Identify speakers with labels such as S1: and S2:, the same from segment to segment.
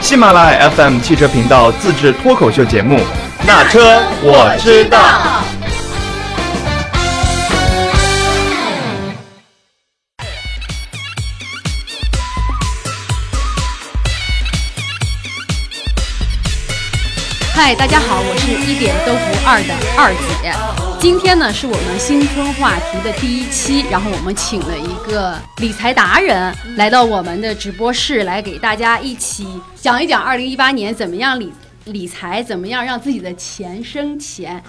S1: 喜马拉雅 FM 汽车频道自制脱口秀节目《那车我知道》。
S2: 嗨，大家好，我是一点都不二的二姐。今天呢，是我们新春话题的第一期，然后我们请了一个理财达人来到我们的直播室，来给大家一起讲一讲二零一八年怎么样理理财，怎么样让自己的钱生钱。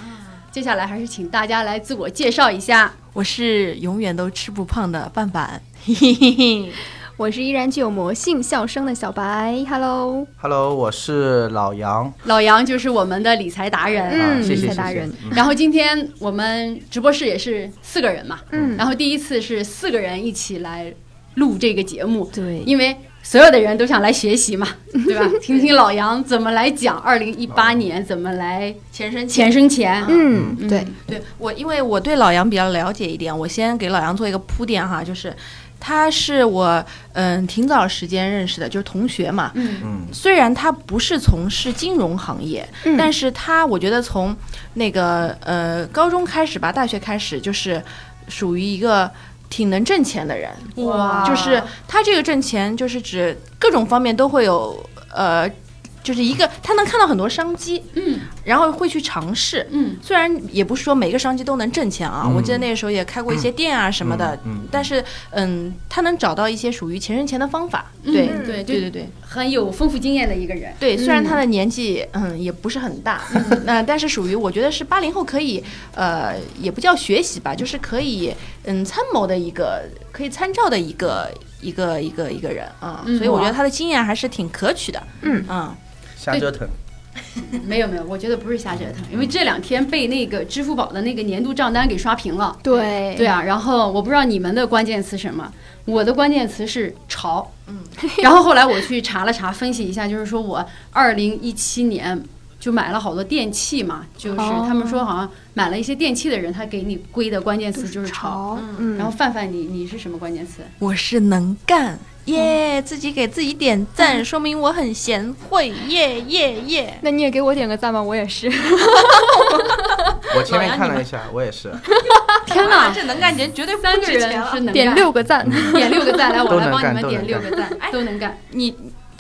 S2: 接下来还是请大家来自我介绍一下。
S3: 我是永远都吃不胖的范范。
S4: 我是依然具有魔性笑声的小白，Hello，
S5: Hello，我是老杨。
S2: 老杨就是我们的理财达人，
S5: 啊，谢
S4: 理财
S5: 谢谢
S4: 达
S5: 谢
S4: 人。
S5: 嗯
S2: 然后今天我们直播室也是四个人嘛，
S4: 嗯
S2: 然后第一次是四个人一起来录这个节目，
S4: 对
S2: 因为所有的人都想来学 习嘛，对吧？听听老杨怎么来讲二零一八年怎么来
S3: 前身
S2: 钱生钱，
S4: 嗯，对，
S3: 对我，因为我对老杨比较了解一点，我先给老杨做一个铺垫哈，就是他是我嗯挺早时间认识的，就是同学嘛。
S2: 嗯
S5: 嗯，
S3: 虽然他不是从事金融行业，
S4: 嗯
S3: 但是他我觉得从那个呃高中开始吧，大学开始就是属于一个挺能挣钱的人，
S2: 哇
S3: 就是他这个挣钱就是指各种方面都会有呃，就是一个他能看到很多商机，
S2: 嗯
S3: 然后会去尝试，
S2: 嗯，
S3: 虽然也不是说每个商机都能挣钱啊，
S5: 嗯
S3: 我记得那个时候也开过一些店啊什么的，
S5: 嗯嗯嗯
S3: 但是嗯，他能找到一些属于钱生钱的方法，对、
S2: 嗯对
S3: 对
S2: 就
S3: 对对
S2: 很有丰富经验的一个人，
S3: 对，虽然他的年纪嗯也不是很大， 那、但是属于我觉得是八零后可以呃也不叫学习吧，就是可以嗯参谋的一个可以参照的一个一个一个一个人啊，
S2: 嗯
S3: 所以我觉得他的经验还是挺可取的，
S4: 嗯
S3: 啊
S5: 瞎折腾。
S2: 没有没有，我觉得不是瞎折腾，因为这两天被那个支付宝的那个年度账单给刷屏了，
S4: 对，
S2: 对，啊，然后我不知道你们的关键词什么，我的关键词是潮。 嗯，然后后来我去查了查，分析一下，就是说我二零一七年就买了好多电器嘛，就是
S4: 哦
S2: 他们说好像买了一些电器的人，他给你归的关键词就是潮。
S4: 潮，
S3: 嗯
S4: 嗯，
S2: 然后范范你，你是什么关键词？
S3: 我是能干。耶自己给自己点赞，说明我很贤惠，耶耶耶！
S4: 那你也给我点个赞吧，我也是，
S5: 我前面看了一下，我也是，
S2: 天哪，
S3: 这能干钱绝对不
S2: 三个
S3: 值
S2: 人
S3: 钱了
S2: 是能
S4: 点
S2: 干
S4: 六个赞，
S2: 点六个赞，来我
S5: 都
S2: 来
S5: 能
S2: 帮你
S5: 干
S2: 们
S5: 都
S2: 点
S5: 能
S2: 六
S5: 干
S2: 个赞，都能干。
S3: 你。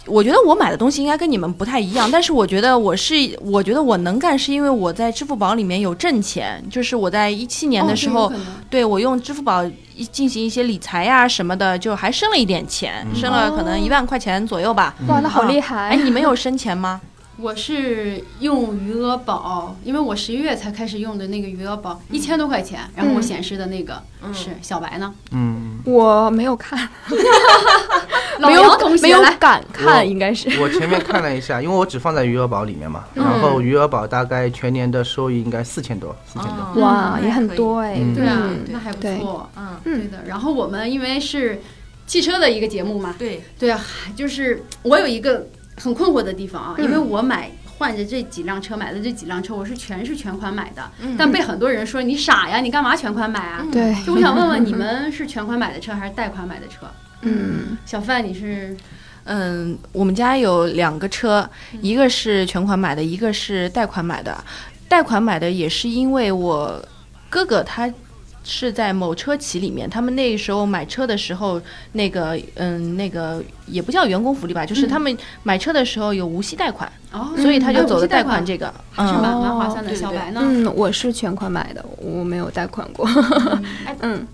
S3: 我觉得我买的东西应该跟你们不太一样，但是我觉得我是，我觉得我能干，是因为我在支付宝里面有挣钱，就是我在一七年的时候，
S2: 哦这有可能
S3: 对我用支付宝一进行一些理财呀、什么的，就还生了一点钱，
S5: 嗯
S3: 生了可能
S4: 哦
S3: 一万块钱左右吧。
S4: 哇，那好厉
S3: 哎，
S4: 害，
S3: 你们有生钱吗？
S2: 我是用余额宝，因为我十一月才开始用的那个余额宝，
S4: 嗯
S2: 一千多块钱，然后我显示的那个是小白呢，
S5: 嗯，
S4: 我没有看，
S2: 老
S4: 嗯没有
S2: 杨同学
S4: 没有
S2: 来，
S4: 敢
S5: 我
S4: 看，应该是，
S5: 嗯我前面看了一下，因为我只放在余额宝里面嘛，
S3: 嗯
S5: 然后余额宝大概全年的收益应该四千多，四千
S3: 哦
S2: 嗯
S5: 多。
S4: 哇，
S3: 那
S4: 也
S3: 还
S4: 很
S3: 可以
S4: 多哎，
S5: 嗯
S2: 对啊，
S4: 嗯
S2: 那还不
S4: 对
S2: 错，
S3: 嗯，
S2: 对的。然后我们因为是汽车的一个节目嘛，
S3: 对，
S2: 对啊， 就是我有一个很困惑的地方啊，
S4: 嗯
S2: 因为我买。换着这几辆车买的这几辆车，我是全是全款买的，
S3: 嗯
S2: 但被很多人说你傻呀，你干嘛全款买啊？
S4: 对，
S2: 就我想问问你们是全款买的车还是贷款买的车？
S4: 嗯，
S2: 小范你是
S3: 嗯，我们家有两个车，
S4: 嗯
S3: 一个是全款买的，一个是贷款买的。贷款买的也是因为我哥哥他是在某车企里面，他们那时候买车的时候，那个嗯，那个也不叫员工福利吧，就是
S4: 嗯
S3: 他们买车的时候有无息贷款，
S2: 哦，
S3: 所以他就
S2: 哎
S3: 走
S2: 无息
S3: 的贷
S2: 贷
S3: 款
S2: 款
S3: 这个。
S2: 还是
S3: 嗯，
S2: 蛮蛮划算的。
S3: 对对
S2: 小白呢？
S4: 嗯，我是全款买的，我没有贷款过，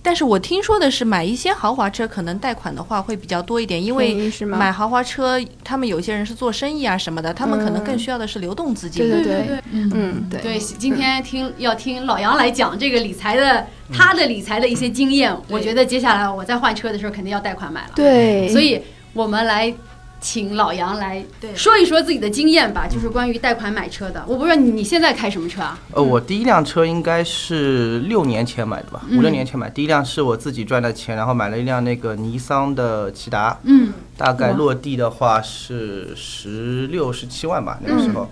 S3: 但是我听说的是买一些豪华车，可能贷款的话会比较多一点，因为
S4: 便宜是吗？
S3: 买豪华车，他们有些人是做生意啊什么的，他们可能更
S4: 嗯
S3: 需要的是流动资金。
S4: 对对
S2: 对
S4: 对，
S2: 嗯。
S4: 嗯，对，
S2: 对，今天听要听老杨来讲这个理财的他的理财的一些经验，我觉得接下来我在换车的时候肯定要贷款买了，
S4: 对，
S2: 所以我们来请老杨来
S3: 对
S2: 说一说自己的经验吧，就是关于贷款买车的。我不知道你你现在开什么车啊？
S5: 呃，我第一辆车应该是六年前买的吧，五六
S2: 嗯
S5: 年前买。第一辆是我自己赚的钱，然后买了一辆那个尼桑的骐达，
S2: 嗯
S5: 大概落
S3: 嗯
S5: 地的话是十六十七万吧，那个时候。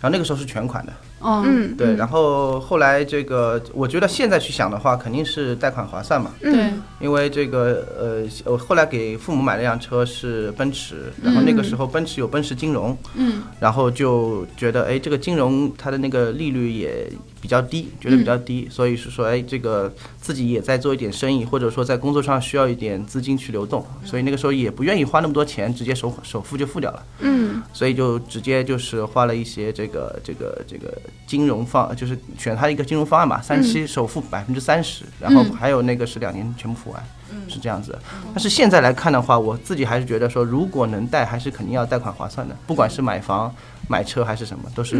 S5: 然后那个时候是全款的，
S2: 哦，
S4: 嗯，
S5: 对，然后后来这个，我觉得现在去想的话，肯定是贷款划算嘛，
S2: 对
S4: 嗯，
S5: 因为这个呃，我后来给父母买了辆车是奔驰，然后那
S4: 嗯
S5: 个时候奔驰有奔驰金融，
S2: 嗯，
S5: 然后就觉得哎，这个金融它的那个利率也比较低，觉得比较
S4: 嗯
S5: 低，所以是说哎，这个自己也在做一点生意，或者说在工作上需要一点资金去流动，所以那个时候也不愿意花那么多钱，直接首首付就付掉了。
S4: 嗯，
S5: 所以就直接就是花了一些这个这个这个金融方，就是选它一个金融方案吧，三期首付百分之三十，然后还有那个是两年全部付完，是这样子。但是现在来看的话，我自己还是觉得说，如果能贷，还是肯定要贷款划算的，不管是买房、买车还是什么，都是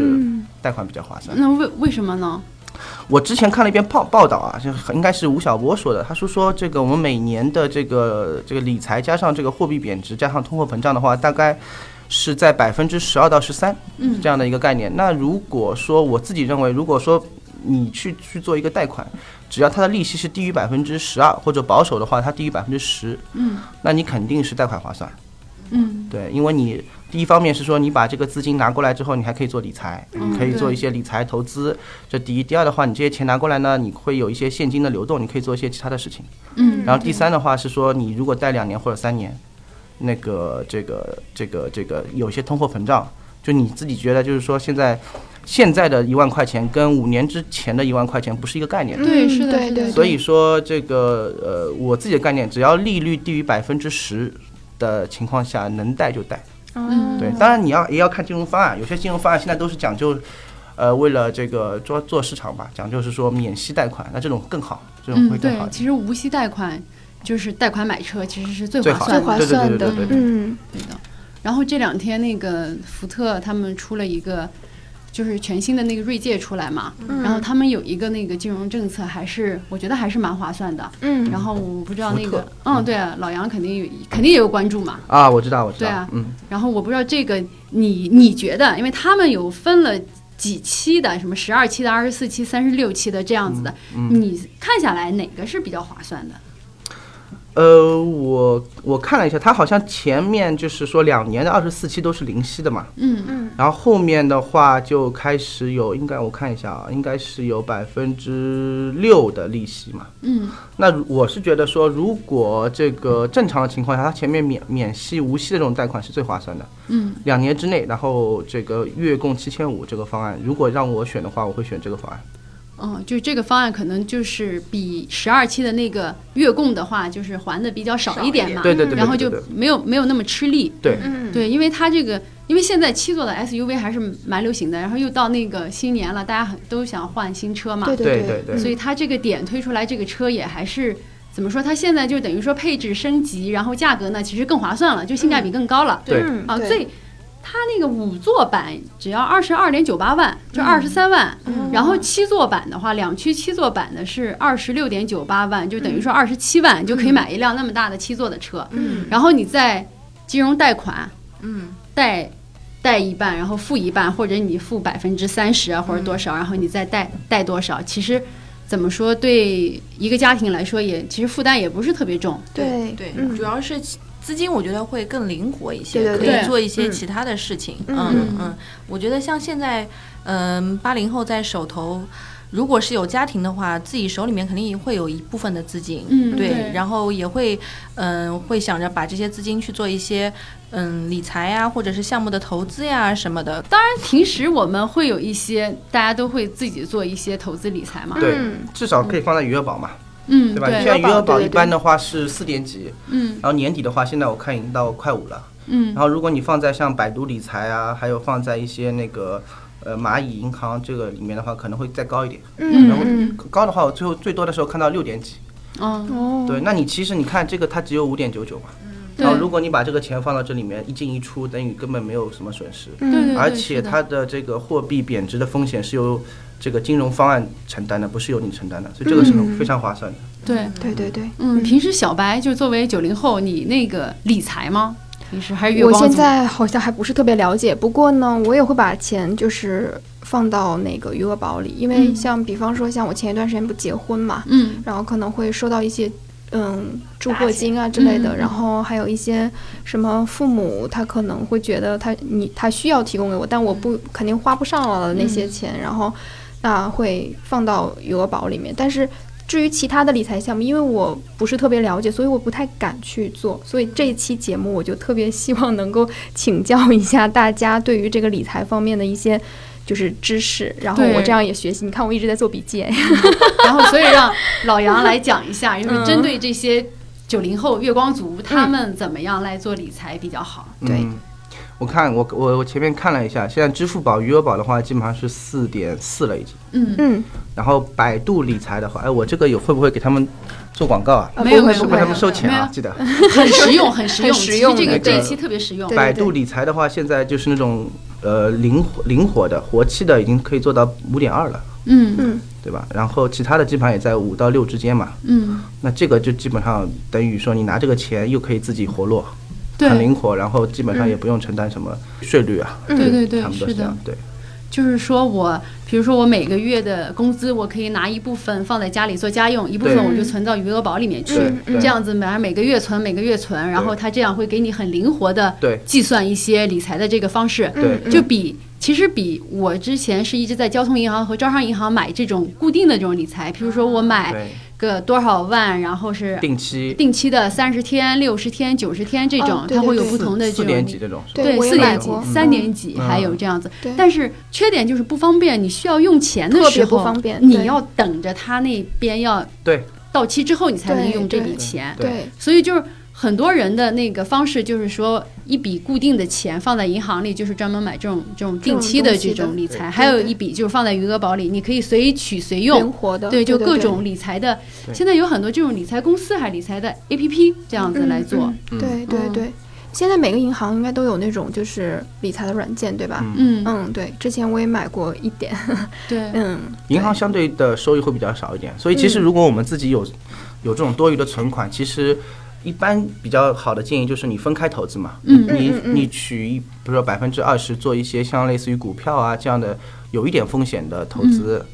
S5: 贷款比较划算。
S2: 那为为什么呢？
S5: 我之前看了一篇报报道啊，就应该是吴晓波说的，他说说这个我们每年的这个这个理财加上这个货币贬值加上通货膨胀的话，大概是在百分之十二到十三，嗯，这样的一个概念。那如果说我自己认为，如果说你去去做一个贷款，只要它的利息是低于百分之十二或者保守的话，它低于百分之十，嗯，那你肯定是贷款划算。
S2: 嗯，
S5: 对，因为你第一方面是说你把这个资金拿过来之后，你还可以做理财，可以做一些理财投资，这第一。第二的话，你这些钱拿过来呢，你会有一些现金的流动，你可以做一些其他的事情。
S2: 嗯，
S5: 然后第三的话是说，你如果贷两年或者三年，那个这个这个这个有些通货膨胀，就你自己觉得就是说现在现在的一万块钱跟五年之前的一万块钱不是一个概念。
S2: 对
S4: 嗯
S2: 是的是
S4: 对
S2: 的
S4: 对，
S5: 所以说这个呃，我自己的概念，只要利率低于百分之十的情况下，能贷就贷。
S4: 嗯，
S5: 对，当然你要也要看金融方案，有些金融方案现在都是讲究，呃，为了这个做做市场吧，讲究是说免息贷款，那这种更好，这种
S2: 嗯
S5: 会，
S2: 对
S5: 更好，一点。
S2: 其实无息贷款就是贷款买车，其实是最
S5: 最
S2: 划
S5: 好
S2: 算的。
S4: 最划
S5: 对对
S4: 算
S5: 对
S4: 的
S5: 对对，对
S4: 嗯
S2: 对的。然后这两天那个福特他们出了一个，就是全新的那个锐界出来嘛，然后他们有一个那个金融政策，还是我觉得还是蛮划算的。
S4: 嗯，
S2: 然后我不知道
S5: 福
S2: 那个
S5: 特，
S2: 嗯，对、啊，老杨肯定有肯定也有关注嘛。
S5: 啊，我知道，我知
S2: 对
S5: 道，
S2: 啊
S5: 嗯，
S2: 然后我不知道这个你你觉得，因为他们有分了几期的，什么十二期的、二十四期、三十六期的这样子的，
S5: 嗯
S2: 你看下来哪个是比较划算的？
S5: 呃，我我看了一下，它好像前面就是说两年的二十四期都是零息的嘛，
S2: 嗯
S5: 然后后面的话就开始有，应该我看一下啊，应该是有百分之六的利息嘛。
S2: 嗯
S5: 那如我是觉得说，如果这个正常的情况下，它前面免免息、无息的这种贷款是最划算的。
S2: 嗯，
S5: 两年之内，然后这个月供七千五这个方案，如果让我选的话，我会选这个方案。
S2: 嗯，就是这个方案可能就是比十二期的那个月供的话，就是还的比较少一点嘛，
S5: 对对对
S2: 啊嗯
S5: 对
S2: 然后就
S5: 对对
S2: 没有没有那么吃力。
S5: 对，
S4: 嗯
S2: 对，因为它这个，因为现在七座的 SUV 还是蛮流行的，然后又到那个新年了，大家很都想换新车嘛，
S4: 对
S5: 对
S4: 对
S5: 对对
S2: 所以它这个点推出来，这个车也还是怎么说？它现在就等于说配置升级，然后价格呢其实更划算了，就性价比更高了。
S5: 对
S4: 嗯
S2: 啊，
S4: 对
S2: 最它那个五座版只要二十二点九八万，就二十三万。
S4: 嗯
S2: 然后七座版的话，两驱七座版的是二十六点九八万，就等于说二十七万、就可以买一辆那么大的七座的车。
S4: 嗯，
S2: 然后你再金融贷款，嗯，贷。贷一半，然后付一半，或者你付百分之三十啊，或者多少，然后你再贷贷多少。其实怎么说，对一个家庭来说也，其实负担也不是特别重。
S4: 对
S3: 对，
S4: 嗯
S3: 主要是资金，我觉得会更灵活一些，
S4: 对对
S2: 对
S3: 可以做一些
S4: 嗯
S3: 其他的事情。
S4: 嗯
S3: 嗯嗯，我觉得像现在，嗯、八零后在手头。如果是有家庭的话，自己手里面肯定也会有一部分的资金，
S2: 嗯
S3: 对，
S2: 对
S3: 然后也会，嗯、会想着把这些资金去做一些，嗯，理财呀，或者是项目的投资呀什么的。
S2: 当然，平时我们会有一些，大家都会自己做一些投资理财嘛。
S5: 对
S4: 嗯
S5: 至少可以放在余额宝嘛，
S2: 嗯，
S5: 对吧？现
S2: 对，
S5: 在余额宝
S4: 对对
S5: 一般的话是四点几，
S2: 嗯
S5: 然后年底的话，现在我看已经到快五了。
S2: 嗯
S5: 然后如果你放在像百度理财啊，还有放在一些那个呃蚂蚁银行这个里面的话，可能会再高一点。然后
S4: 嗯
S5: 高的话，我最后最多的时候看到六点几。
S2: 嗯，
S4: 哦，
S5: 对，那你其实你看这个它只有五点九九嘛，
S2: 对
S5: 然后如果你把这个钱放到这里面一进一出，等于根本没有什么损失。
S2: 对对对，
S5: 而
S2: 是
S5: 且
S2: 的
S5: 它的这个货币贬值的风险是由这个金融方案承担的，不是由你承担的，所以这个是
S2: 嗯
S5: 很非常划算的。
S2: 对，
S4: 对对对，
S2: 嗯，平时小白就作为九零后，你那个理财吗？平时还是月
S4: 我
S2: 光族？
S4: 现在好像还不是特别了解，不过呢，我也会把钱就是放到那个余额宝里，因为
S2: 嗯
S4: 像比方说像我前一段时间不结婚嘛，
S2: 嗯
S4: 然后可能会收到一些嗯助货金啊之类的，然后还有一些什么父母他可能会觉得他你他需要提供给我，但我不肯定花不上了的那些钱，然后那会放到余额宝里面，但是。至于其他的理财项目，因为我不是特别了解，所以我不太敢去做。所以这一期节目，我就特别希望能够请教一下大家对于这个理财方面的一些就是知识，然后
S2: 对
S4: 我这样也学习。你看我一直在做笔记，哎
S2: 然后，所以让老杨来讲一下，
S5: 嗯
S2: 就是针对这些九零后月光族，他们怎么样来做理财比较好？
S4: 对
S5: 嗯我看我我我前面看了一下，现在支付宝、余额宝的话，基本上是四点四了已经。
S2: 嗯，
S4: 嗯，
S5: 然后百度理财的话，哎，我这个有会不会给他们做广告啊？
S4: 啊
S2: 没有
S4: 不会
S2: 没有
S5: 是
S4: 不
S5: 不是
S4: 会
S5: 他
S2: 没
S5: 们
S2: 有
S5: 收钱
S2: 没有
S5: 啊？记 得。
S2: 很实用，很实用。
S4: 很实
S2: 其实
S4: 用
S2: 这个
S5: 那个
S2: 这一期特别实用
S4: 对。
S5: 百度理财的话，现在就是那种呃灵活灵活的、活期的，已经可以做到五点二了，
S2: 嗯
S5: 对吧？然后其他的基本上也在五到六之间嘛。
S2: 嗯，
S5: 那这个就基本上等于说，你拿这个钱又可以自己活络，
S2: 对
S5: 很灵活，然后基本上也不用承担什么税率啊。
S2: 嗯对对对
S5: 差不多
S2: 是
S5: 是
S2: 的
S5: 这样。对，
S2: 就是说我，比如说我每个月的工资，我可以拿一部分放在家里做家用，一部分
S5: 对
S2: 我就存到余额宝里面去
S5: 对。对
S2: 这样子，每每个月存，每个月存，然后它这样会给你很灵活的
S5: 对
S2: 计算一些理财的这个方式。
S5: 对
S2: 就比其实比我之前是一直在交通银行和招商银行买这种固定的这种理财，比如说我买
S5: 对，
S2: 个多少万，然后是
S5: 定期
S2: 哎定期的三十天、六十天、九十天这种
S4: 哦，对
S2: 它会有
S4: 对
S2: 不
S5: 四
S2: 同的
S5: 四
S2: 这
S5: 点
S2: 种
S5: 几。这种是
S4: 对
S5: 吧。
S2: 对，
S4: 我也
S2: 四
S4: 买
S2: 年级
S4: 过、嗯
S2: 三年级
S5: 嗯
S2: 还有这样子
S4: 对，
S2: 但是缺点就是不方便。你需要用钱的时候，
S4: 特别不方便
S2: 你
S4: 对
S2: 要等着他那边要
S5: 对
S2: 到期之后，你才能
S4: 对
S2: 用这
S4: 对
S2: 笔钱。
S5: 对
S4: 对，
S2: 所以就是很多人的那个方式，就是说一笔固定的钱放在银行里，就是专门买这种这种定期的这种理
S5: 这
S2: 财；
S5: 种东
S2: 还有一笔就是放在余额宝里，你可以随取随用
S4: 灵。活的，
S2: 对，就各
S4: 对
S2: 种理财的，
S5: 对
S2: 现在有很多这种理财公司还理财的 A P P 这样子来做。
S5: 嗯
S4: 对对
S2: 嗯
S4: 对，现在每个银行应该都有那种就是理财的软件，对吧？
S2: 嗯，
S4: 嗯，对，之前我也买过一点，
S2: 对，
S4: 嗯，
S5: 银行相对的收益会比较少一点，所以其实如果我们自己有、有这种多余的存款，其实一般比较好的建议就是你分开投资嘛，
S2: 嗯
S5: 你
S4: 嗯嗯
S5: 你取一，比如说百分之二十做一些像类似于股票啊这样的有一点风险的投资，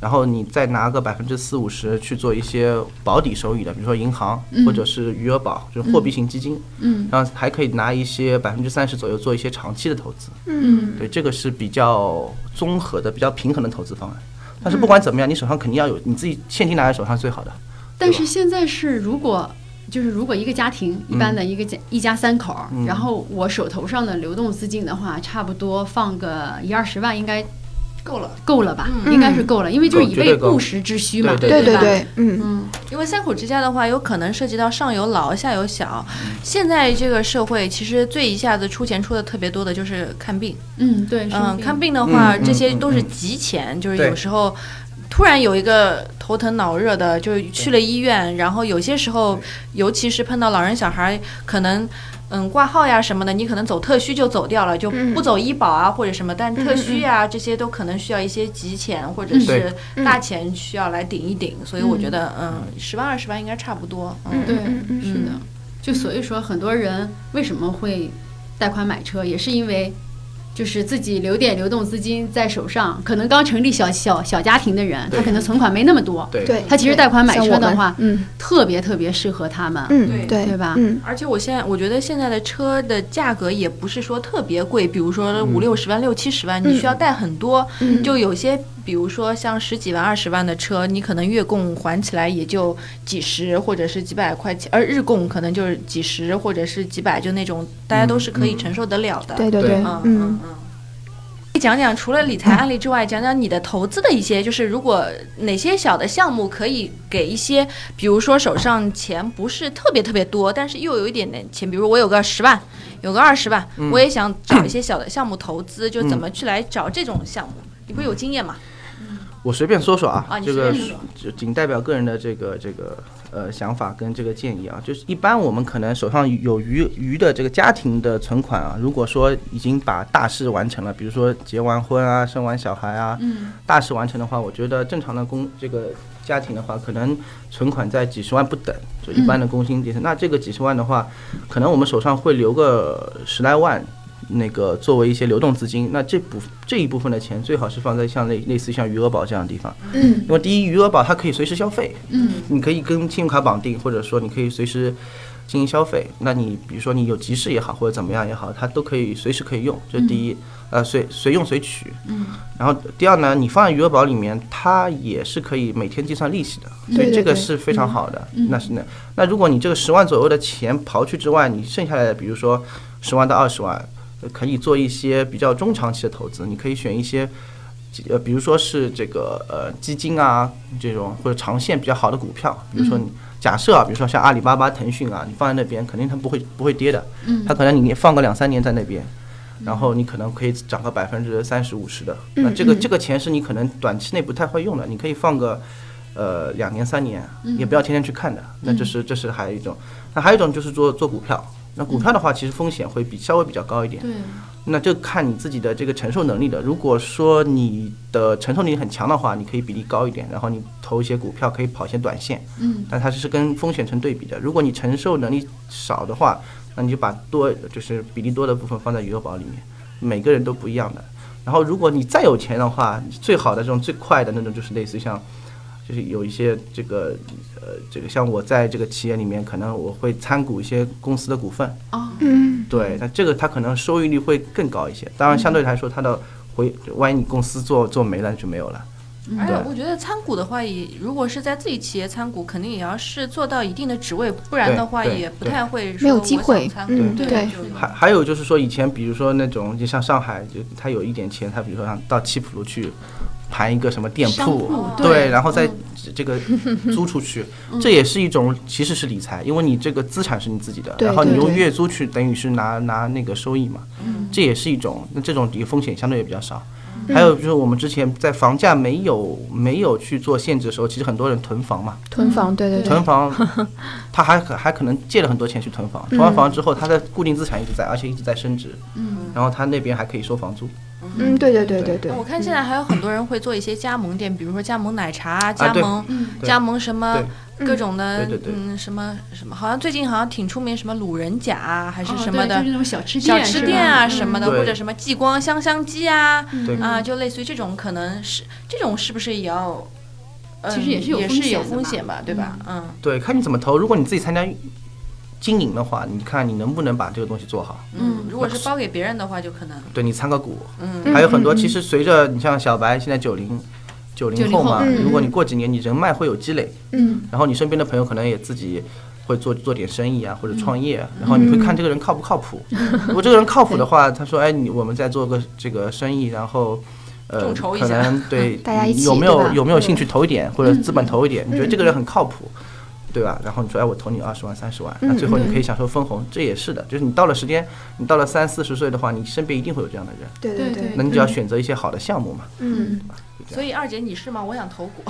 S5: 然后你再拿个百分之四五十去做一些保底收益的，比如说银行、或者是余额宝，就是货币型基金，
S2: 嗯，
S5: 然后还可以拿一些百分之三十左右做一些长期的投资，
S2: 嗯，
S5: 对，这个是比较综合的、比较平衡的投资方案。但
S3: 嗯
S5: 是不管怎么样，你手上肯定要有你自己现金拿在手上是最好的。
S2: 但是现在是如果。就是如果一个家庭一般的一个家、一家三口儿，
S5: 嗯
S2: 然后我手头上的流动资金的话，差不多放个一二十万应该
S6: 够了，
S2: 够了吧？应该是够了，因为就是
S5: 够
S2: 以
S5: 绝
S2: 备
S5: 对够
S2: 不时之需嘛，
S5: 对
S4: 对
S2: 吧？
S4: 对，嗯，
S2: 嗯，
S3: 因为三口之家的话，有可能涉及到上有老下有小。
S4: 嗯
S3: 现在这个社会，其实最一下子出钱出的特别多的就是看病。
S2: 嗯，对，
S3: 嗯，看
S2: 病，
S3: 病的话，
S5: 嗯
S3: 这些都是
S5: 嗯嗯
S3: 急钱，就是
S5: 对
S3: 有时候突然有一个头疼脑热的，就是去了医院，然后有些时候，尤其是碰到老人小孩，可能。嗯，挂号呀什么的，你可能走特需就走掉了，就
S4: 嗯
S3: 不走医保啊、或者什么，但
S4: 嗯
S3: 特
S4: 嗯
S3: 需呀、这些都可能需要一些急钱或者
S2: 嗯
S3: 是
S4: 对
S3: 大钱需要来顶一顶，所以我
S2: 嗯
S3: 觉得嗯，十万二十万应该差不多。嗯
S4: 嗯
S2: 对
S4: 嗯嗯
S2: 是的。就所以说，很多人为什么会贷款买车，也是因为就是自己留点流动资金在手上。可能刚成立小小小家庭的人，他
S5: 对
S2: 可能存款没那么多，
S5: 对
S4: 对，
S2: 他其实
S4: 对
S2: 贷款买
S4: 像
S2: 车
S4: 我
S2: 的
S4: 们
S2: 话
S4: 嗯
S2: 特别特别适合他们。
S4: 嗯，
S3: 对
S4: 对
S2: 对吧
S4: 嗯，
S3: 而且我现在我觉得现在的车的价格也不是说特别贵，比如
S5: 嗯
S3: 说五六十万、六七十万，你需要贷很多。
S4: 嗯
S3: 就有些，比如说像十几万、二十万的车，你可能月供还起来也就几十或者是几百块钱，呃而日供可能就是几十或者是几百，就那种大家都是可以
S5: 嗯
S3: 承受得了的。
S4: 对对
S5: 对
S4: 对
S3: 嗯，嗯
S4: 嗯，
S3: 嗯。你讲讲除了理财案例之外，讲讲你的投资的一些，就是如果哪些小的项目可以给一些，比如说手上钱不是特别特别多，但是又有一点点钱，比如我有个十万，有个二十万，
S5: 嗯
S3: 我也想找一些小的项目投资，就怎么去来找这种项目？你不是有经验吗？
S5: 我随便说说啊，
S3: 啊你
S5: 这个
S3: 随便说
S5: 就仅代表个人的这个这个呃想法跟这个建议啊，就是一般我们可能手上有余余的这个家庭的存款啊，如果说已经把大事完成了，比如说结完婚啊、生完小孩啊，嗯，大事完成的话，我觉得正常的工这个家庭的话，可能存款在几十万不等，就一般的工薪阶层。那这个几十万的话，可能我们手上会留个十来万。那个作为一些流动资金，那这部这一部分的钱最好是放在像类类似像余额宝这样的地方，嗯，因为第一余额宝它可以随时消费，嗯，你可以跟信用卡绑定，或者说你可以随时进行消费。那你比如说你有急事也好，或者怎么样也好，它都可以随时可以用，这是第一，呃，随随用随取，嗯。然后第二呢，你放在余额宝里面，它也是可以每天计算利息的，所
S4: 对
S5: 以
S4: 对
S5: 这个
S4: 对嗯
S5: 是非常好的。那是那那如果你这个十万左右的钱刨去之外，你剩下来的，比如说十万到二十万，呃可以做一些比较中长期的投资，你可以选一些。呃，比如说是这个呃基金啊，这种或者长线比较好的股票，比如说
S4: 嗯
S5: 你假设啊，比如说像阿里巴巴、腾讯啊，你放在那边，肯定它不会不会跌的，它可能你放个两三年在那边，然后你可能可以涨个百分之三十五十的，那这个这个钱是你可能短期内不太会用的，你可以放个呃两年三年，也不要天天去看的，那这是这是还有一种，那还有一种就是做做股票，那股票的话其实风险会比稍微比较高一点，
S3: 对，
S5: 那就看你自己的这个承受能力的。如果说你的承受能力很强的话，你可以比例高一点，然后你投一些股票可以跑一些短线，嗯，但它是跟风险成对比的。如果你承受能力少的话，那你就把多就是比例多的部分放在余额宝里面，每个人都不一样的。然后如果你再有钱的话，最好的这种最快的那种就是类似于像。就是有一些这个，呃，这个像我在这个企业里面，可能我会参股一些公司的股份，
S6: 哦
S4: 嗯，
S5: 对，那这个它可能收益率会更高一些。当然，相对来说，它的回，万一你公司做做没了就没有了。
S4: 嗯
S6: 而且
S5: 对
S6: 我觉得参股的话也，如果是在自己企业参股，肯定也要是做到一定的职位，不然的话
S5: 对对
S6: 也不太会说
S4: 没有机会
S6: 我想参股
S4: 嗯
S6: 对
S4: 对
S6: 就是
S5: 还还有就是说，以前比如说那种，就像上海，就他有一点钱，他比如说想到七浦路去盘一个什么店
S3: 商
S5: 铺，
S3: 铺
S5: 对，然后
S4: 嗯
S5: 再这 个租出去，这也是一种其实是理财，因为你这个资产是你自己的，
S4: 对
S5: 然后你
S4: 对嗯
S5: 用
S4: 对
S5: 月租去，等于是拿拿那个收益嘛，这也是一种，那这种也风险相对也比较少。
S4: 嗯
S5: 还有就是我们之前在房价没有没有去做限制的时候，其实很多人囤房嘛，
S4: 囤房，对对对，
S5: 囤房，他还可还可能借了很多钱去囤
S4: 嗯
S5: 房，囤完房之后，他的固定资产一直在，而且一直在升值，嗯，然后他那边还可以收房租，
S4: 嗯，
S2: 哦
S4: 对对对对对，
S6: 我看现在还有很多人会做一些加盟店，比如说加盟奶茶啊，加
S5: 对
S6: 盟、
S3: 嗯
S5: 对
S6: 加盟什么各种的，
S5: 对对对
S6: 嗯，什么什么，好像最近好像挺出名，什么鲁人甲啊，还是
S2: 哦
S6: 什么
S2: 对
S6: 的。
S2: 就是那种小吃
S6: 小
S2: 店
S6: 吃
S2: 是
S6: 店
S2: 吧
S6: 啊什么的，
S5: 嗯对
S6: 或者什么继光香香鸡啊，
S3: 嗯
S5: 对
S6: 啊，
S2: 嗯
S6: 就类似于这种，可能是这种是不是也要，嗯
S2: 其实也
S6: 也
S2: 是有
S6: 是有
S2: 风险的
S6: 风
S2: 吧
S6: 险吧，对吧？嗯，
S5: 对，看你怎么投。如果你自己参加经营的话，你看你能不能把这个东西做好。
S6: 嗯，如果是包给别人的话，就可能
S5: 对你参个股，嗯，还有很多。其实随着你像小白现在九零九零后嘛，嗯如果你过几年你人脉会有积累，嗯，然后你身边的朋友可能也自己。会做做点生意啊，或者创业啊，然后你会看这个人靠不靠谱。如果这个人靠谱的话，他说：“哎，你我们再做个这个生意，然后，呃，
S6: 众筹一
S5: 可
S6: 下
S5: 能 对嗯
S4: 大家一起
S5: 有没
S4: 对
S5: 有
S4: 吧
S5: 有没有兴趣投一点，或者资本投一点？你觉得这个人很靠谱，对吧？然后你说，哎，我投你二十万、三十万，那最后你可以享受分红，这也是的。就是你到了时间，你到了三四十岁的话，你身边一定会有这样的人，
S4: 对对对，
S5: 那你只要选择一些好的项目嘛。
S4: 嗯，
S6: 所以二姐你是吗？我想投股，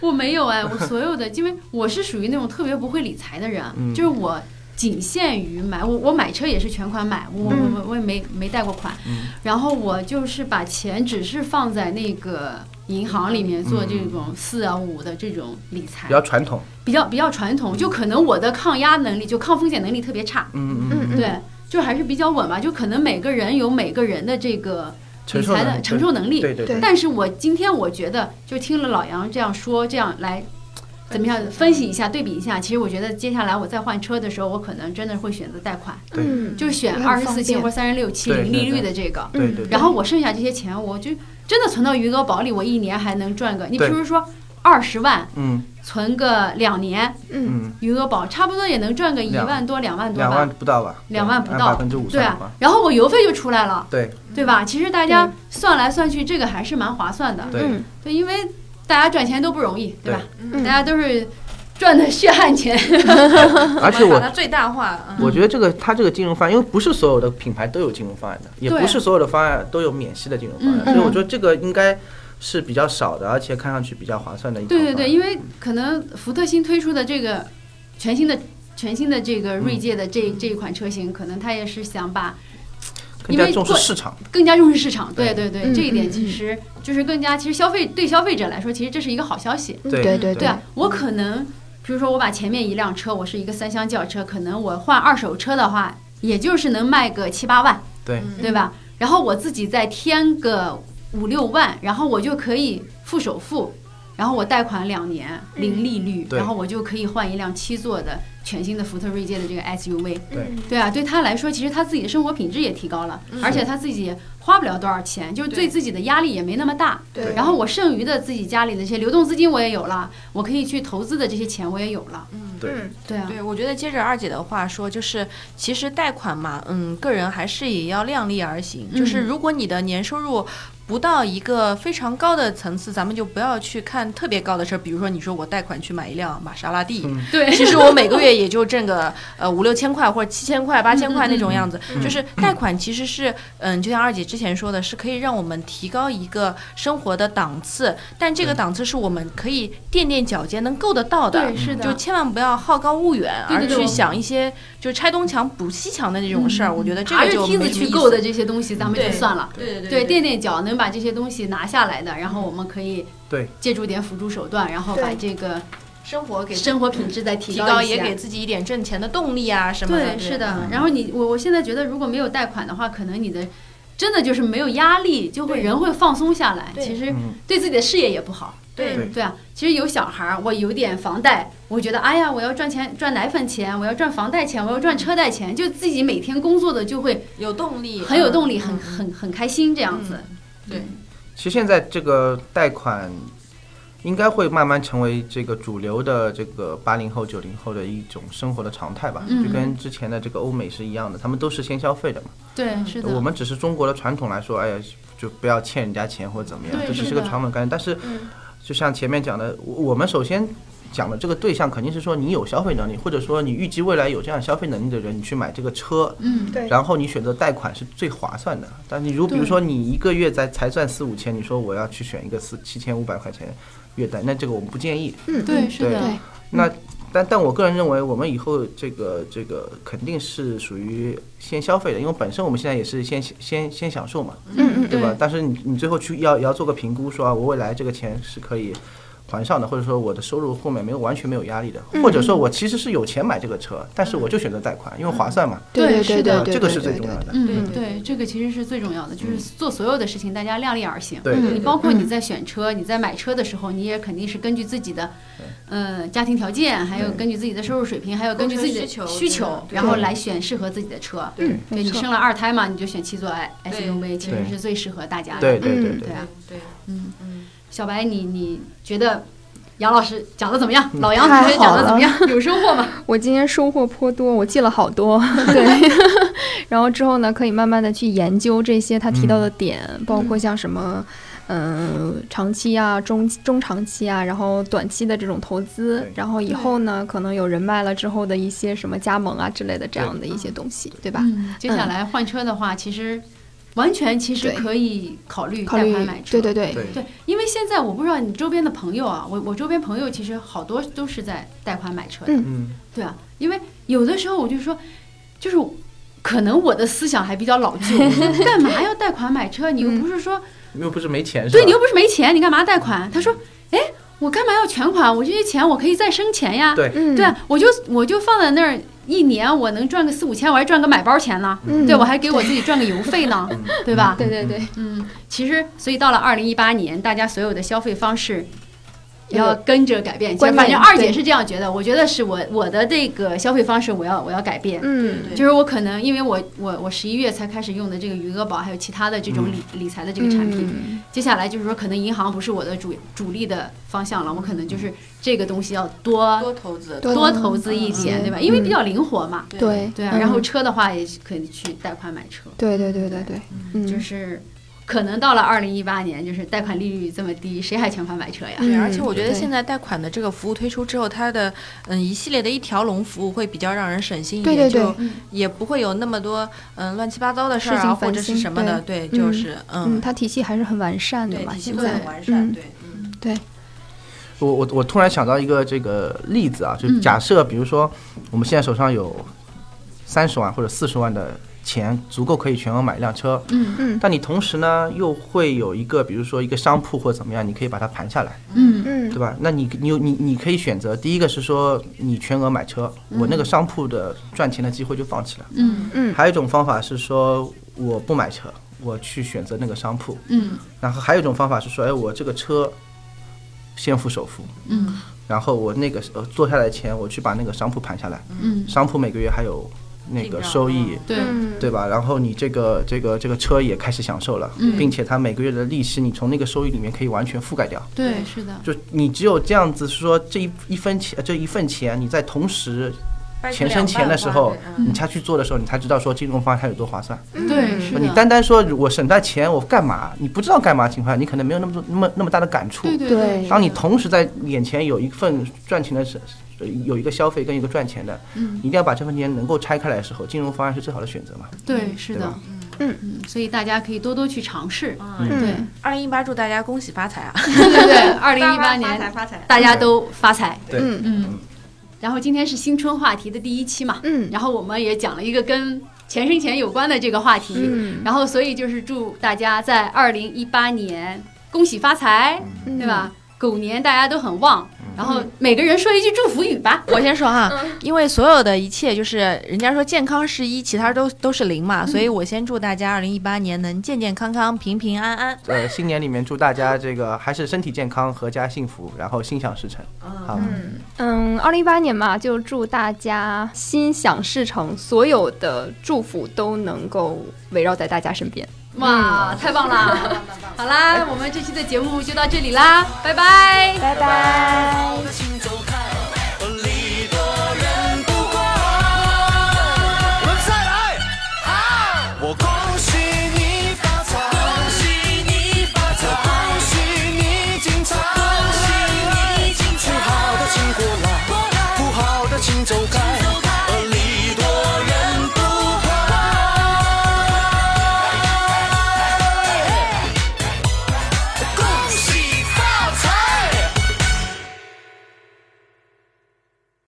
S2: 我没有哎，我所有的，因为我是属于那种特别不会理财的人，啊
S5: 嗯
S2: 就是我仅限于买，我我买车也是全款买，我
S6: 嗯
S2: 我我我也没没贷过款，
S5: 嗯
S2: 然后我就是把钱只是放在那个银行里面做这种四啊五的这种理财
S5: 嗯比，较嗯传统，
S2: 比较比较传统，就可能我的抗压能力就抗风险能力特别差，
S5: 嗯嗯嗯，
S4: 嗯
S2: 对，就还是比较稳吧，就可能每个人有每个人的这个
S5: 承
S2: 理
S5: 受
S2: 财
S5: 能
S2: 的
S5: 力
S2: 承受能力，
S5: 对对
S4: 对
S2: 但是我今天我觉得，就听了老杨这样说，这样来怎么样分析一下、对比一下，其实我觉得接下来我再换车的时候，我可能真的会选择贷款，
S4: 嗯，
S2: 就是选
S4: 也
S2: 二
S4: 很
S2: 十
S4: 方
S2: 四
S4: 便
S2: 期或者三十六期
S5: 对
S2: 零
S5: 对
S2: 利率
S5: 对
S2: 的这个，
S5: 对对对，
S2: 然后我剩下这些钱，我就真的存到余额宝里，我一年还能赚个，你比
S5: 对
S2: 如说二十万
S5: 嗯
S2: 存个两年，
S5: 嗯，
S2: 余额宝差不多也能赚个一
S5: 两
S2: 万多、两万多
S5: 嗯两万
S2: 吧，
S5: 不到吧？
S2: 两万不到
S5: 百分之五十
S2: 对啊，然后我邮费就出来了，
S5: 对
S2: 对吧？其实大家算来算去，这个还是蛮划算的。
S5: 对
S2: 对，因为大家赚钱都不容易，对吧？
S4: 嗯
S2: 大家都是赚的血汗钱。
S5: 而且
S6: 我
S5: 我
S6: 把它最大化。嗯，
S5: 我觉得这个它这个金融方案，因为不是所有的品牌都有金融方案的，也
S2: 对
S5: 不是所有的方案都有免息的金融方案，
S2: 嗯
S5: 所以我觉得这个应该是比较少的，而且看上去比较划算的一种
S2: 对对
S5: 方案。
S2: 对，因为可能福特新推出的这个全新的、全新的这个锐界的这、这一款车型，可能它也是想把
S5: 更
S2: 因
S5: 加
S2: 为
S5: 重视
S2: 做
S5: 市场。
S2: 更加重视市场。对对
S5: 对
S2: 对，
S4: 嗯
S2: 这一点
S4: 嗯
S2: 其实就是更加，其实消费对消费者来说，其实这是一个好消息。
S5: 对
S4: 对对
S2: 对啊，我可能比如说我把前面一辆车，我是一个三厢轿车，可能我换二手车的话，也就是能卖个七八万，
S5: 对
S6: 嗯
S2: 对吧？
S3: 嗯
S2: 然后我自己再添个五六万，然后我就可以付首付，然后我贷款两年
S3: 嗯
S2: 零利率，
S5: 对
S2: 然后我就可以换一辆七座的全新的福特锐界的这个 SUV。
S5: 对
S2: 对啊，对他来说，其实他自己的生活品质也提高了，
S3: 嗯
S2: 而且他自己花不了多少钱，就是对自己的压力也没那么大。
S4: 对
S2: 然后我剩余的自己家里的这些流动资金我也有了，我可以去投资的这些钱我也有了。
S5: 对
S4: 嗯
S2: 对啊，
S3: 对，我觉得接着二姐的话说，就是其实贷款嘛，嗯，个人还是也要量力而行。就是
S2: 嗯
S3: 如果你的年收入不到一个非常高的层次，咱们就不要去看特别高的事儿，比如说你说我贷款去买一辆玛莎拉蒂。
S2: 对，
S3: 其实我每个月也就挣个呃五六千块或者七千块八
S2: 嗯
S3: 千块那种样子，就是贷款其实是嗯，就像二姐之前说的，是可以让我们提高一个生活的档次，但这个档次是我们可以垫垫脚尖能够得到的，
S2: 对是的
S3: 就千万不要好高骛远，
S2: 对对对
S3: 而去
S2: 我
S3: 想一些就拆东墙补西墙的那种事儿，我觉得这
S2: 爬
S3: 个
S2: 着
S3: 就
S2: 梯
S3: 没
S2: 子
S3: 什么
S2: 去
S3: 意
S2: 够
S3: 思
S2: 的这些东西，咱们就
S3: 对
S2: 算了。
S3: 对对
S2: 对，垫垫脚能把这些东西拿下来的，然后我们可以
S5: 对
S2: 借助点辅助手段，然后把
S4: 对
S2: 这个
S3: 生活给
S2: 生活品质再提
S3: 提
S2: 高
S3: 高，
S2: 一些。
S3: 也给自己一点挣钱的动力啊什么的。
S2: 对，是的。然后你我我现在觉得，如果没有贷款的话，可能你的真的就是没有压力，就会
S3: 对
S2: 人会放松下来。
S3: 对
S2: 其实
S5: 嗯
S2: 对自己的事业也不好。
S3: 对
S5: 对
S2: 对啊，其实有小孩儿，我有点房贷，我觉得哎呀，我要赚钱赚奶粉钱，我要赚房贷钱，我要赚车贷钱，就自己每天工作的就会
S3: 有动力，
S2: 很有动力，
S3: 嗯
S2: 很
S3: 嗯
S2: 很很开心这样子。
S5: 其实现在这个贷款应该会慢慢成为这个主流的这个八零后、九零后的一种生活的常态吧，
S2: 嗯
S5: 就跟之前的这个欧美是一样的，他们都是先消费的嘛。
S2: 对，是
S5: 我们只是中国的传统来说，哎呀，就不要欠人家钱或者怎么样，
S2: 对
S5: 这只
S2: 是
S5: 是个
S2: 的
S5: 传统概念。但是
S4: 嗯，
S5: 就像前面讲的，我我们首先讲的这个对象肯定是说你有消费能力，或者说你预计未来有这样消费能力的人，你去买这个车，
S2: 嗯，
S4: 对，
S5: 然后你选择贷款是最划算的。但你如比如说你一个月才才赚四五千，你说我要去选一个四七千五百块钱月贷，那这个我们不建议。
S4: 嗯
S2: 对，是的
S5: 对，那但但我个人认为，我们以后这个这个肯定是属于先消费的，因为本身我们现在也是先先先享受嘛，
S4: 嗯嗯
S5: 对吧？但是你你最后去要也要做个评估，说啊，我未来这个钱是可以还上的，或者说我的收入后面没有完全没有压力的，
S4: 嗯
S5: 或者说我其实是有钱买这个车，但是我就选择贷款，因为划算嘛，
S4: 对
S2: 是的
S4: 对对
S5: 啊
S4: 对，
S5: 这个是
S4: 对
S5: 最
S4: 对
S5: 重要的。
S2: 嗯，对，这个其实是最重要的，就是做所有的事情，大家量力而行。
S5: 对对
S2: 你
S5: 对
S2: 包括你在选车，你在买车的时候，你也肯定是根据自己的，呃，家庭条件，还有根据自己的收入水平，还有根据自己的
S3: 购车需求
S2: 需
S3: 对
S2: 求
S3: 的，对
S2: 然后来选适合自己的车。
S3: 对
S4: 嗯
S2: 对
S4: 没
S2: 你
S4: 错
S2: 生了二胎嘛，你就选七座 S-
S3: 对
S2: SUV，其实
S5: 对
S2: 是最适合大家的。
S5: 对对对
S4: 嗯
S5: 对
S2: 对。啊，
S3: 对，嗯
S2: 小白，你你觉得杨老师讲的怎么样？老杨
S4: 太
S2: 同学讲的
S4: 好
S2: 怎么
S4: 了
S2: 样？有收获吗？
S4: 我今天收获颇多，我记了好 多，对。 然后之后呢，可以慢慢的去研究这些他提到的点，
S5: 嗯
S4: 包括像什么，嗯、长期啊、中中长期啊，然后短期的这种投资
S5: 对，
S4: 然后以后呢，可能有人脉了之后的一些什么加盟啊之类的这样的一些东西，对吧？
S2: 嗯，接下来换车的话，其实完全其实
S4: 对
S2: 可以考虑
S4: 考
S2: 贷
S4: 虑
S2: 款买，车。
S4: 对对对，
S5: 对
S2: 对，因为现在我不知道你周边的朋友啊，我我周边朋友其实好多都是在贷款买车的，
S4: 嗯
S5: 嗯，
S2: 对啊，因为有的时候我就说，就是可能我的思想还比较老 旧，我说干嘛要贷款买车？你又
S4: 嗯
S2: 不是说，
S5: 又不是没啊钱，是吧
S2: 对你又不是没钱，你干嘛贷款？他说，哎，我干嘛要全款？我这些钱我可以再生钱呀，
S5: 对
S4: 嗯，
S2: 对啊，我就我就放在那儿，一年我能赚个四五千，我还赚个买包钱呢，
S4: 嗯
S2: 对我还给我自己赚个油费呢，
S5: 嗯
S2: 对吧？
S4: 对对对，
S2: 嗯，其实所以到了二零一八年，大家所有的消费方式。也
S4: 要
S2: 要跟着改变，其实
S4: 观念
S2: 反正二姐
S4: 对
S2: 是这样觉得，我觉得是我我的这个消费方式，我要我要改变，
S4: 嗯，
S3: 对
S2: 就是我可能因为我我我十一月才开始用的这个余额宝，还有其他的这种理、理财的这个产品，
S4: 嗯
S2: 接下来就是说可能银行不是我的主主力的方向了，我可能就是这个东西要多
S3: 多投资，
S4: 多
S2: 多投资一
S3: 嗯
S2: 点，
S4: 嗯
S2: 对吧？因为
S4: 嗯
S2: 比较灵活嘛，
S4: 对
S2: 对啊。然后
S4: 嗯
S2: 车的话也是可以去贷款买车，
S4: 对对对对对，嗯，
S2: 就是可能到了二零一八年，就是贷款利率这么低，谁还全款买车呀？
S3: 对，
S4: 嗯
S3: 而且我觉得
S4: 对
S3: 现在贷款的这个服务推出之后，它的嗯一系列的一条龙服务会比较让人省心一
S4: 对
S3: 点，
S4: 对对嗯
S3: 就也不会有那么多嗯乱七八糟的事
S4: 事
S3: 儿
S4: 情
S3: 啊或
S4: 烦
S3: 者是
S4: 心
S3: 什么的，对，
S4: 嗯
S3: 就是
S4: 嗯，
S3: 嗯，
S4: 它体系还是很完善的
S3: 对，
S4: 嘛，
S3: 体系
S4: 现
S3: 会
S4: 在
S3: 很完善，
S4: 嗯
S3: 对，嗯，
S4: 对，
S5: 我我我突然想到一个这个例
S2: 嗯
S5: 子啊，就假设比如说我们现在手上有三十万或者四十万的钱足够可以全额买一辆车，
S2: 嗯
S4: 嗯
S5: 但你同时呢又会有一个，比如说一个商铺或怎么样，你可以把它盘下来，
S2: 嗯
S4: 嗯
S5: 对吧？那你你有你你可以选择，第一个是说你全额买车，我那个商铺的赚钱的机会就放弃了；
S2: 嗯
S4: 嗯
S5: 还有一种方法是说我不买车，我去选择那个商铺；
S2: 嗯
S5: 然后还有一种方法是说，哎，我这个车先付首付，
S2: 嗯
S5: 然后我那个呃做下来的钱，我去把那个商铺盘下来，
S2: 嗯，
S5: 商铺每个月还有那
S6: 进
S5: 个
S6: 账
S5: 收益，
S2: 对，
S4: 嗯
S5: 对吧？然后你这个这个这个车也开始享受了，
S2: 嗯
S5: 并且它每个月的利息，你从那个收益里面可以完全覆盖掉。
S2: 对，是的，
S5: 就你只有这样子说，这一一分钱，呃这一份钱，你在同时钱生钱的时候，
S6: 嗯
S5: 你才去做的时候，你才知道说这种方案它有多划算。
S2: 对，是
S5: 你
S2: 的，
S5: 单单说我省那钱我干嘛？你不知道干嘛情况下，你可能没有那么多那么那么大的感触。
S2: 对对
S4: 对
S5: 当
S2: 嗯
S5: 你同时在眼前有一份赚钱的是。呃有一个消费跟一个赚钱的，
S2: 嗯
S5: 你一定要把这份钱能够拆开来的时候，金融方案是最好的选择嘛。
S2: 对，是的，
S4: 嗯
S2: 嗯，所以大家可以多多去尝试。
S6: 嗯，
S2: 对
S6: 二零一八祝大家恭喜发财啊！
S2: 对对 对， 二零一八
S6: 发财
S2: 年
S6: 发财。
S2: 大家都发财。
S5: 对
S4: 嗯
S2: 嗯，然后今天是新春话题的第一期嘛，
S4: 嗯
S2: 然后我们也讲了一个跟钱生钱有关的这个话题，
S4: 嗯
S2: 然后所以就是祝大家在二零一八年恭喜发财，
S4: 嗯
S2: 对吧？狗年大家都很旺，然后每个人说一句祝福语吧。
S3: 我先说啊，因为所有的一切就是人家说健康是一，其他都都是零嘛，所以我先祝大家二零一八年能健健康康、平平安安。
S5: 呃，新年里面祝大家这个还是身体健康、阖家幸福，然后心想事成。好吧，
S4: 嗯，二零一八年嘛，就祝大家心想事成，所有的祝福都能够围绕在大家身边。
S2: 哇，太棒啦！好啦，我们这期的节目就到这里啦，拜拜。
S4: 拜拜。